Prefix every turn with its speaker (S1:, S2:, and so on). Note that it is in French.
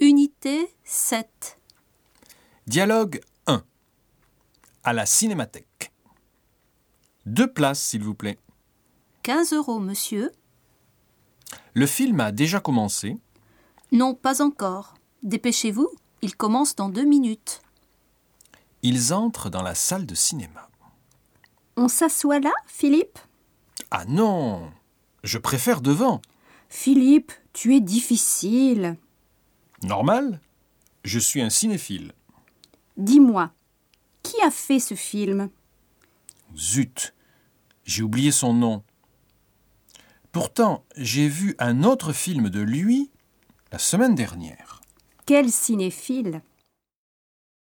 S1: Cité 7.
S2: Dialogue 1. À la cinémathèque. Deux places, s'il vous plaît.
S1: 15 euros, monsieur
S2: Le film a déjà commencé.
S1: Non, pas encore. Dépêchez-vous, il commence dans deux minutes.
S2: Ils entrent dans la salle de cinéma.
S3: On s'assoit là, Philippe
S2: Ah non Je préfère devant.
S3: Philippe, tu es difficile.
S2: Normal Je suis un cinéphile.
S3: Dis-moi, qui a fait ce film
S2: Zut J'ai oublié son nom. Pourtant, j'ai vu un autre film de lui la semaine dernière.
S3: Quel cinéphile